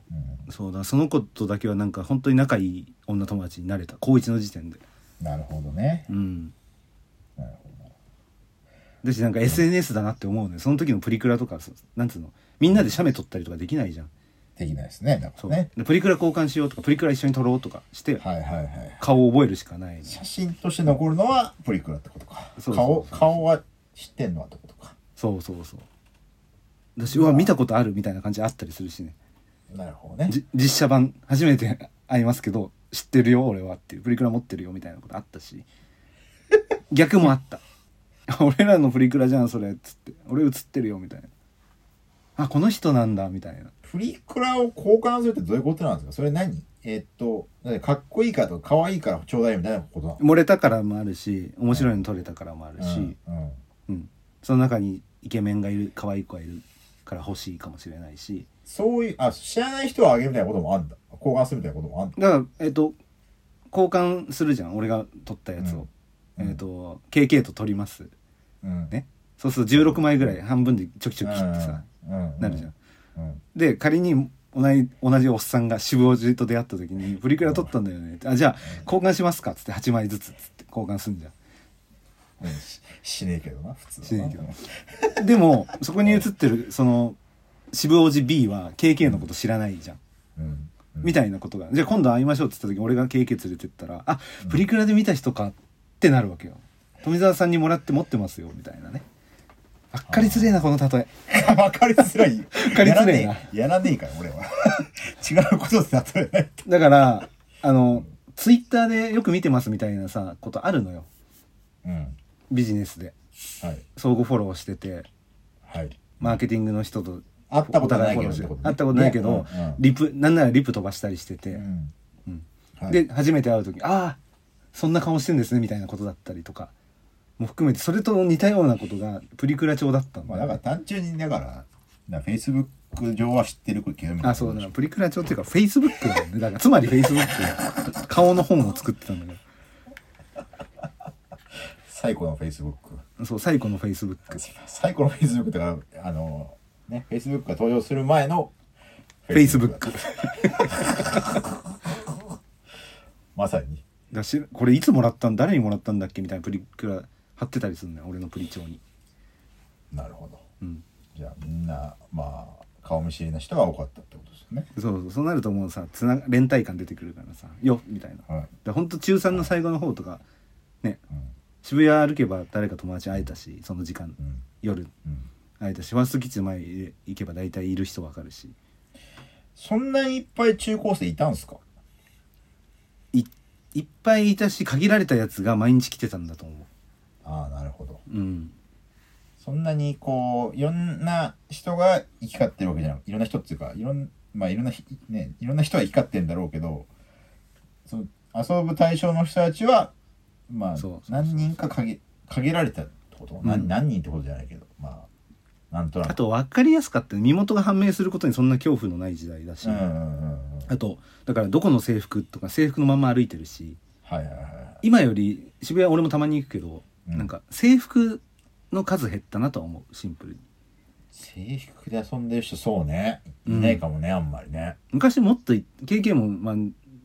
[SPEAKER 2] う
[SPEAKER 1] そうだその子とだけはなんか本当に仲いい女友達になれた高一の時点で
[SPEAKER 2] ん、なるほどね
[SPEAKER 1] うん
[SPEAKER 2] なるほ
[SPEAKER 1] だしなんか SNS だなって思うねその時のプリクラとかそなんつうのみんなで写メ撮ったりとかできないじゃん
[SPEAKER 2] どできないですねだか
[SPEAKER 1] そう、
[SPEAKER 2] らね
[SPEAKER 1] でプリクラ交換しようとかプリクラ一緒に撮ろうとかして
[SPEAKER 2] はいはいはい
[SPEAKER 1] 顔を覚えるしかない、
[SPEAKER 2] 写真として残るのはプリクラってことか
[SPEAKER 1] そうそうそう
[SPEAKER 2] 顔顔は知ってんのはってことか
[SPEAKER 1] そうそうそうだしうわ見たことあるみたいな感じあったりするしね
[SPEAKER 2] なるほどね
[SPEAKER 1] じ実写版初めて 会いますけど知ってるよ俺はっていうプリクラ持ってるよみたいなことあったし逆もあった 俺らのプリクラじゃんそれっつって俺映ってるよみたいなあこの人なんだみたいな
[SPEAKER 2] プリクラを交換するってどういうことなんですかそれ何えっとなんかかっこいいからとか可愛いからちょうだいみたいなことなの
[SPEAKER 1] 漏れたからもあるし面白いの撮れたからもあるし、うん
[SPEAKER 2] うんうん
[SPEAKER 1] その中にイケメンがいる可愛い子がいるから欲しいかもしれないし
[SPEAKER 2] そういうあ知らない人はあげるみたいなこともあんだ交換するみたいなこともあんだ
[SPEAKER 1] だからえっ、と交換するじゃん俺が撮ったやつを、
[SPEAKER 2] うん
[SPEAKER 1] えっ、と KK と撮ります
[SPEAKER 2] うん
[SPEAKER 1] ねそうすると16枚ぐらい半分でちょきちょき切ってさ、
[SPEAKER 2] うんうん
[SPEAKER 1] なるじゃん。
[SPEAKER 2] うん
[SPEAKER 1] で仮に同じ同じおっさんが渋おじと出会った時に「プリクラ撮ったんだよね」あじゃあ交換しますか」っつって8枚ずつっつって交換すんじゃ
[SPEAKER 2] うんししねえけどな普通は
[SPEAKER 1] しねえけどんでもそこに写ってるその渋おじ B は KK のこと知らないじゃん、
[SPEAKER 2] うん
[SPEAKER 1] みたいなことがじゃあ今度会いましょうっつった時俺が KK 連れてったら「あプリクラで見た人か」ってなるわけよ富澤さんにもらって持ってますよみたいなねわっかりづれえなこの例え
[SPEAKER 2] わかりづらい。わ
[SPEAKER 1] かりづらいな
[SPEAKER 2] やらねえから、俺は。 違うことで例えないと。
[SPEAKER 1] だからあのツイッターでよく見てますみたいなさことあるのよ
[SPEAKER 2] うん。
[SPEAKER 1] ビジネスで
[SPEAKER 2] はい。
[SPEAKER 1] 相互フォローしてて
[SPEAKER 2] はい。
[SPEAKER 1] マーケティングの人と
[SPEAKER 2] 会ったことな
[SPEAKER 1] お互
[SPEAKER 2] い
[SPEAKER 1] フォロ
[SPEAKER 2] け
[SPEAKER 1] ー
[SPEAKER 2] どっ
[SPEAKER 1] してて
[SPEAKER 2] ことね。
[SPEAKER 1] 会ったことないけど、
[SPEAKER 2] ねうんうん
[SPEAKER 1] リプなんならリプ飛ばしたりしてて、
[SPEAKER 2] うん
[SPEAKER 1] うん
[SPEAKER 2] はい
[SPEAKER 1] で初めて会う時「ああそんな顔してんですね」みたいなことだったりとかも含めてそれと似たようなことがプリクラ帳だったん
[SPEAKER 2] ま
[SPEAKER 1] だ
[SPEAKER 2] あ、だから単純に、だから、な Facebook 上は知ってるけど、みたいな
[SPEAKER 1] あそうだ。プリクラ帳っていうかフェイスブックだよねだからつまりフェイスブック顔の本を作ってたんだけ
[SPEAKER 2] 最古の Facebook。
[SPEAKER 1] どそう最古のフェイスブック
[SPEAKER 2] 最古の Facebook ってか、あの、ね、Facebook が登場する前の
[SPEAKER 1] フェイスブック。
[SPEAKER 2] まさに。
[SPEAKER 1] だしこれいつもらったん誰にもらったんだっけみたいなプリクラ貼ってたりするのよ俺のプリ帳に
[SPEAKER 2] なるほど。
[SPEAKER 1] うん
[SPEAKER 2] じゃあ、みんな、まあ、顔見知りな人が多かったってことですよね。
[SPEAKER 1] そうそうそうなるともうさつな連帯感出てくるからさ「よっ」みたいな
[SPEAKER 2] はい。
[SPEAKER 1] でほんと中3の最後の方とかね
[SPEAKER 2] うん。
[SPEAKER 1] 渋谷歩けば誰か友達会えたしその時間
[SPEAKER 2] うん。
[SPEAKER 1] 夜
[SPEAKER 2] うん
[SPEAKER 1] 会えたしファーストキッチンの前へ行けば大体いる人わかるし
[SPEAKER 2] そんなにいっぱい中高生いたんすか
[SPEAKER 1] いいっぱいいたし限られたやつが毎日来てたんだと思
[SPEAKER 2] ああなるほど
[SPEAKER 1] ううん
[SPEAKER 2] そんなにこういろんな人が行き交ってるわけじゃないいろんな人っていうかいろんまあいろんなひねいろんな人は行き交ってんだろうけどその遊ぶ対象の人たちはまあ
[SPEAKER 1] そうそうそう
[SPEAKER 2] 何人か限限られたってこと、な
[SPEAKER 1] うん
[SPEAKER 2] 何人ってことじゃないけどまあなんとなく
[SPEAKER 1] あと分かりやすかった身元が判明することにそんな恐怖のない時代だし、
[SPEAKER 2] うんうんうんうん
[SPEAKER 1] あとだからどこの制服とか制服のまま歩いてるし
[SPEAKER 2] はいはいはいはい
[SPEAKER 1] 今より渋谷俺もたまに行くけど、
[SPEAKER 2] うん
[SPEAKER 1] なんか制服の数減ったなとは思うシンプルに
[SPEAKER 2] 制服で遊んでる人そうねい
[SPEAKER 1] うん
[SPEAKER 2] ないかもね、あんまりね
[SPEAKER 1] 昔もっとい KK もまあ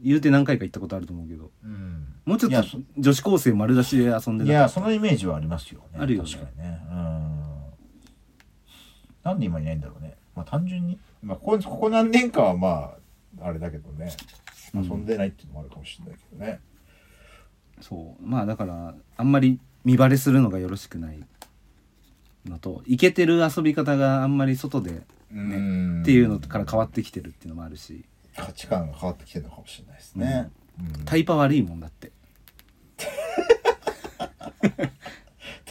[SPEAKER 1] 言うて何回か行ったことあると思うけど
[SPEAKER 2] うん
[SPEAKER 1] もうちょっ
[SPEAKER 2] いやそ
[SPEAKER 1] と女子高生丸出しで遊んで
[SPEAKER 2] い
[SPEAKER 1] た
[SPEAKER 2] やそのイメージはありますよね
[SPEAKER 1] あるよね
[SPEAKER 2] 確かにねうんなんで今いないんだろうねまあ単純に、まあ、ここここ何年かはまああれだけどね
[SPEAKER 1] う
[SPEAKER 2] 遊
[SPEAKER 1] ん
[SPEAKER 2] んでないっていうのもあるかもしれないけどね、
[SPEAKER 1] そうまあだからあんまり見バレするのがよろしくないのとイケてる遊び方があんまり外で
[SPEAKER 2] うん
[SPEAKER 1] っていうのから変わってきてるっていうのもあるし
[SPEAKER 2] 価値観が変わってきてるのかもしれないですね、うん
[SPEAKER 1] タイパ悪いもんだって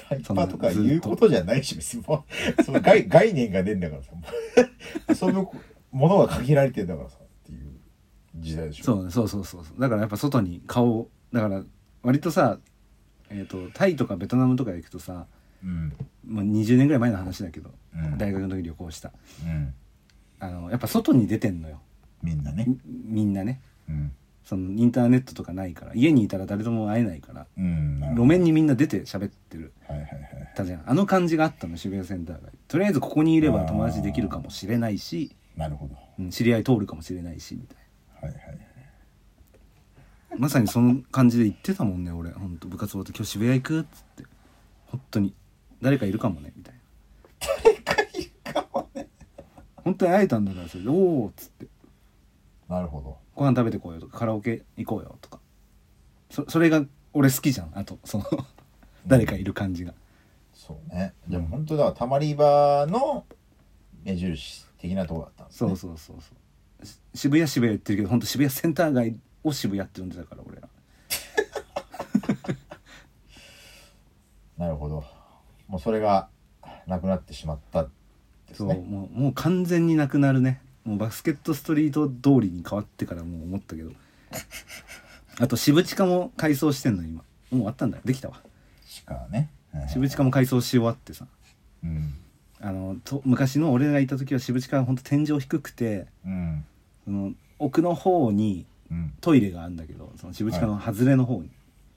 [SPEAKER 2] タイパとか言うことじゃないし別にもうその概概念がねえんだからさもう 遊ぶものが限られてんだからさっていう時代でしょ
[SPEAKER 1] そうそうそうそうそうだからやっぱ外に顔をだから割とさ、えー、とタイとかベトナムとか行くとさ
[SPEAKER 2] うん
[SPEAKER 1] もう20年ぐらい前の話だけど、
[SPEAKER 2] うん
[SPEAKER 1] 大学の時旅行した
[SPEAKER 2] うん
[SPEAKER 1] あのやっぱ外に出てんのよ
[SPEAKER 2] みんなね
[SPEAKER 1] みみんなね
[SPEAKER 2] うん
[SPEAKER 1] そのインターネットとかないから家にいたら誰とも会えないから
[SPEAKER 2] うんなるほ
[SPEAKER 1] 路
[SPEAKER 2] ど
[SPEAKER 1] 面にみんな出て喋ってる
[SPEAKER 2] はいはいはい
[SPEAKER 1] たじゃんあの感じがあったの渋谷センター街とりあえずここにいれば友達できるかもしれないし、
[SPEAKER 2] なるほど
[SPEAKER 1] うん知り合い通るかもしれないしみたい
[SPEAKER 2] はいはいはい
[SPEAKER 1] なまさにその感じで言ってたもんね俺ほんと部活終わって今日渋谷行くっつって本当に誰かいるかもねみたいな誰かいるかもね本当に会えたんだからそれでおおっつって
[SPEAKER 2] なるほど
[SPEAKER 1] ご飯食べてこうよとかカラオケ行こうよとかそそれが俺好きじゃんあとその 誰かいる感じが
[SPEAKER 2] そうねでも本当だからたまり場の目印的なとこだったんです
[SPEAKER 1] そうそうそうそうし渋谷渋谷言ってるけど本当渋谷センター街を渋谷って呼んでたから俺ら
[SPEAKER 2] なるほどもうそれがなくなってしまったです
[SPEAKER 1] そう
[SPEAKER 2] ね
[SPEAKER 1] もうもう完全になくなるねもうバスケットストリート通りに変わってからもう思ったけ どあと渋地下も改装してんの今もう終わったんだできたわ
[SPEAKER 2] しかね、うん
[SPEAKER 1] 渋地下も改装し終わってさ
[SPEAKER 2] うん
[SPEAKER 1] あのと昔の俺がいた時は渋地下は本当天井低くて
[SPEAKER 2] うん
[SPEAKER 1] その奥の方に
[SPEAKER 2] うん
[SPEAKER 1] トイレがあるんだけどその渋地下の外れの方に、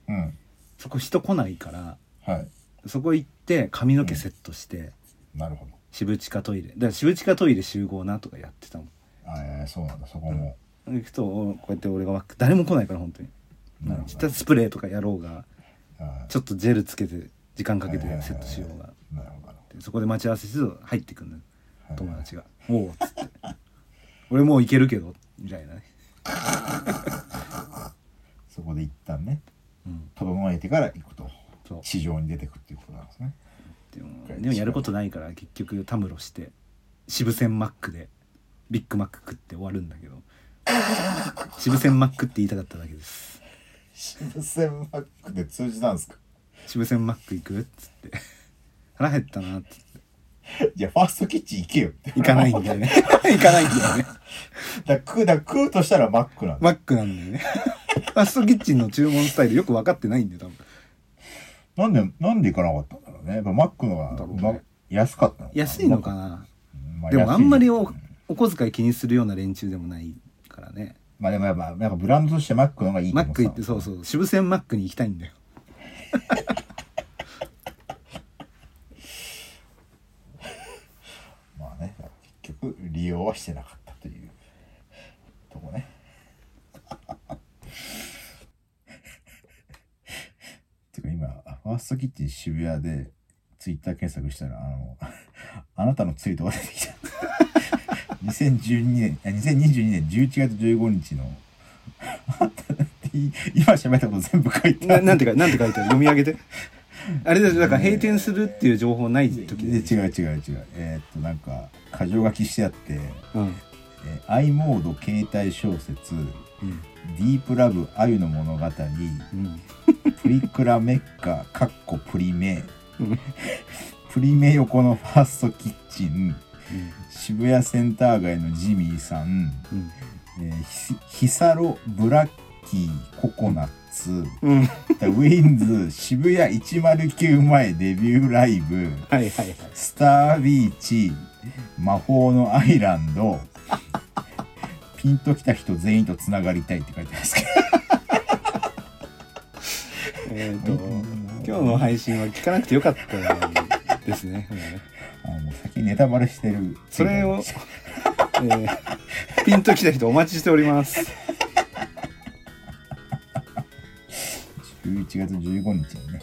[SPEAKER 2] うん
[SPEAKER 1] そこ人来ないから
[SPEAKER 2] はい
[SPEAKER 1] そこ行って髪の毛セットして、
[SPEAKER 2] なるほど
[SPEAKER 1] 渋地下トイレだから渋地下トイレ集合なとかやってたもん
[SPEAKER 2] ああそうなんだそこも、
[SPEAKER 1] 行くとこうやって俺がわっ誰も来ないから本当に
[SPEAKER 2] なるほど
[SPEAKER 1] 下スプレーとかやろうが
[SPEAKER 2] あ
[SPEAKER 1] ちょっとジェルつけて時間かけてセットしようが
[SPEAKER 2] あなるほどなるほ
[SPEAKER 1] でそこで待ち合わせしてると入ってくんのよ
[SPEAKER 2] ど
[SPEAKER 1] 友達が「おお」っつって「俺もう行けるけど」みたいなね、
[SPEAKER 2] そこで一旦ね
[SPEAKER 1] うん、
[SPEAKER 2] 整えてから行くと
[SPEAKER 1] そう
[SPEAKER 2] 地上に出てくっていうことなんですね
[SPEAKER 1] でもでもやることないから結局たむろして渋煎マックでビッグマック食って終わるんだけど 渋煎マックって言いたかっただけです
[SPEAKER 2] 渋センマックで通じたんですか
[SPEAKER 1] 渋煎マック行くっつって腹減ったなっつって
[SPEAKER 2] いやファーストキッチン行けよって
[SPEAKER 1] 行かないんだよね 行かないんだよね
[SPEAKER 2] だから食うだから食うとしたらマックなんだ
[SPEAKER 1] マックなん だよねファストキッチンの注文スタイルよく分かってないんだよ多分
[SPEAKER 2] なんでなんで行かなかったんだろうねやっぱマックの
[SPEAKER 1] だ
[SPEAKER 2] が、
[SPEAKER 1] ろうね
[SPEAKER 2] ま安かったのかな
[SPEAKER 1] 安いのかな
[SPEAKER 2] ま
[SPEAKER 1] でもあんまりお
[SPEAKER 2] 安い
[SPEAKER 1] お小遣い気にするような連中でもないからね
[SPEAKER 2] まあでもやっぱやっぱブランドとしてマックの方がいいと
[SPEAKER 1] マ
[SPEAKER 2] 思
[SPEAKER 1] ック行って
[SPEAKER 2] た
[SPEAKER 1] そうそう渋煎マックに行きたいんだよ
[SPEAKER 2] まあね結局利用はしてなかったというとこね てか今ファーストキッチン渋谷でツイッター検索したらあの あなたのツイートが出てきた 2012年あ2022年11月15日の あなただってい今喋ったこと全部書いて
[SPEAKER 1] な
[SPEAKER 2] ある
[SPEAKER 1] なんてか、なんて書いてある読み上げて。 あれだよ、だから閉店するっていう情報ない時
[SPEAKER 2] で
[SPEAKER 1] で。
[SPEAKER 2] 違う違う違うえーっとなんか箇条書きしてあって
[SPEAKER 1] うん。
[SPEAKER 2] えー i モード携帯小説
[SPEAKER 1] うん
[SPEAKER 2] 「ディープラブアユの物語」
[SPEAKER 1] うん
[SPEAKER 2] プリクラメッカ、カッコプリメ
[SPEAKER 1] うん。
[SPEAKER 2] プリメ横のファーストキッチン、渋谷センター街のジミーさん、
[SPEAKER 1] うん
[SPEAKER 2] えーヒヒサロ、ブラッキー、ココナッツ、
[SPEAKER 1] うんうん
[SPEAKER 2] ウィンズ、渋谷109前デビューライブ、
[SPEAKER 1] はいはいはい
[SPEAKER 2] スタービーチ、魔法のアイランド、ピンときた人全員とつながりたいって書いてますけど。
[SPEAKER 1] えっと今日の配信は聞かなくてよかったですねもうね
[SPEAKER 2] あもう先にネタバレしてる。
[SPEAKER 1] それを、えーピンときた人お待ちしております
[SPEAKER 2] 11月15日にね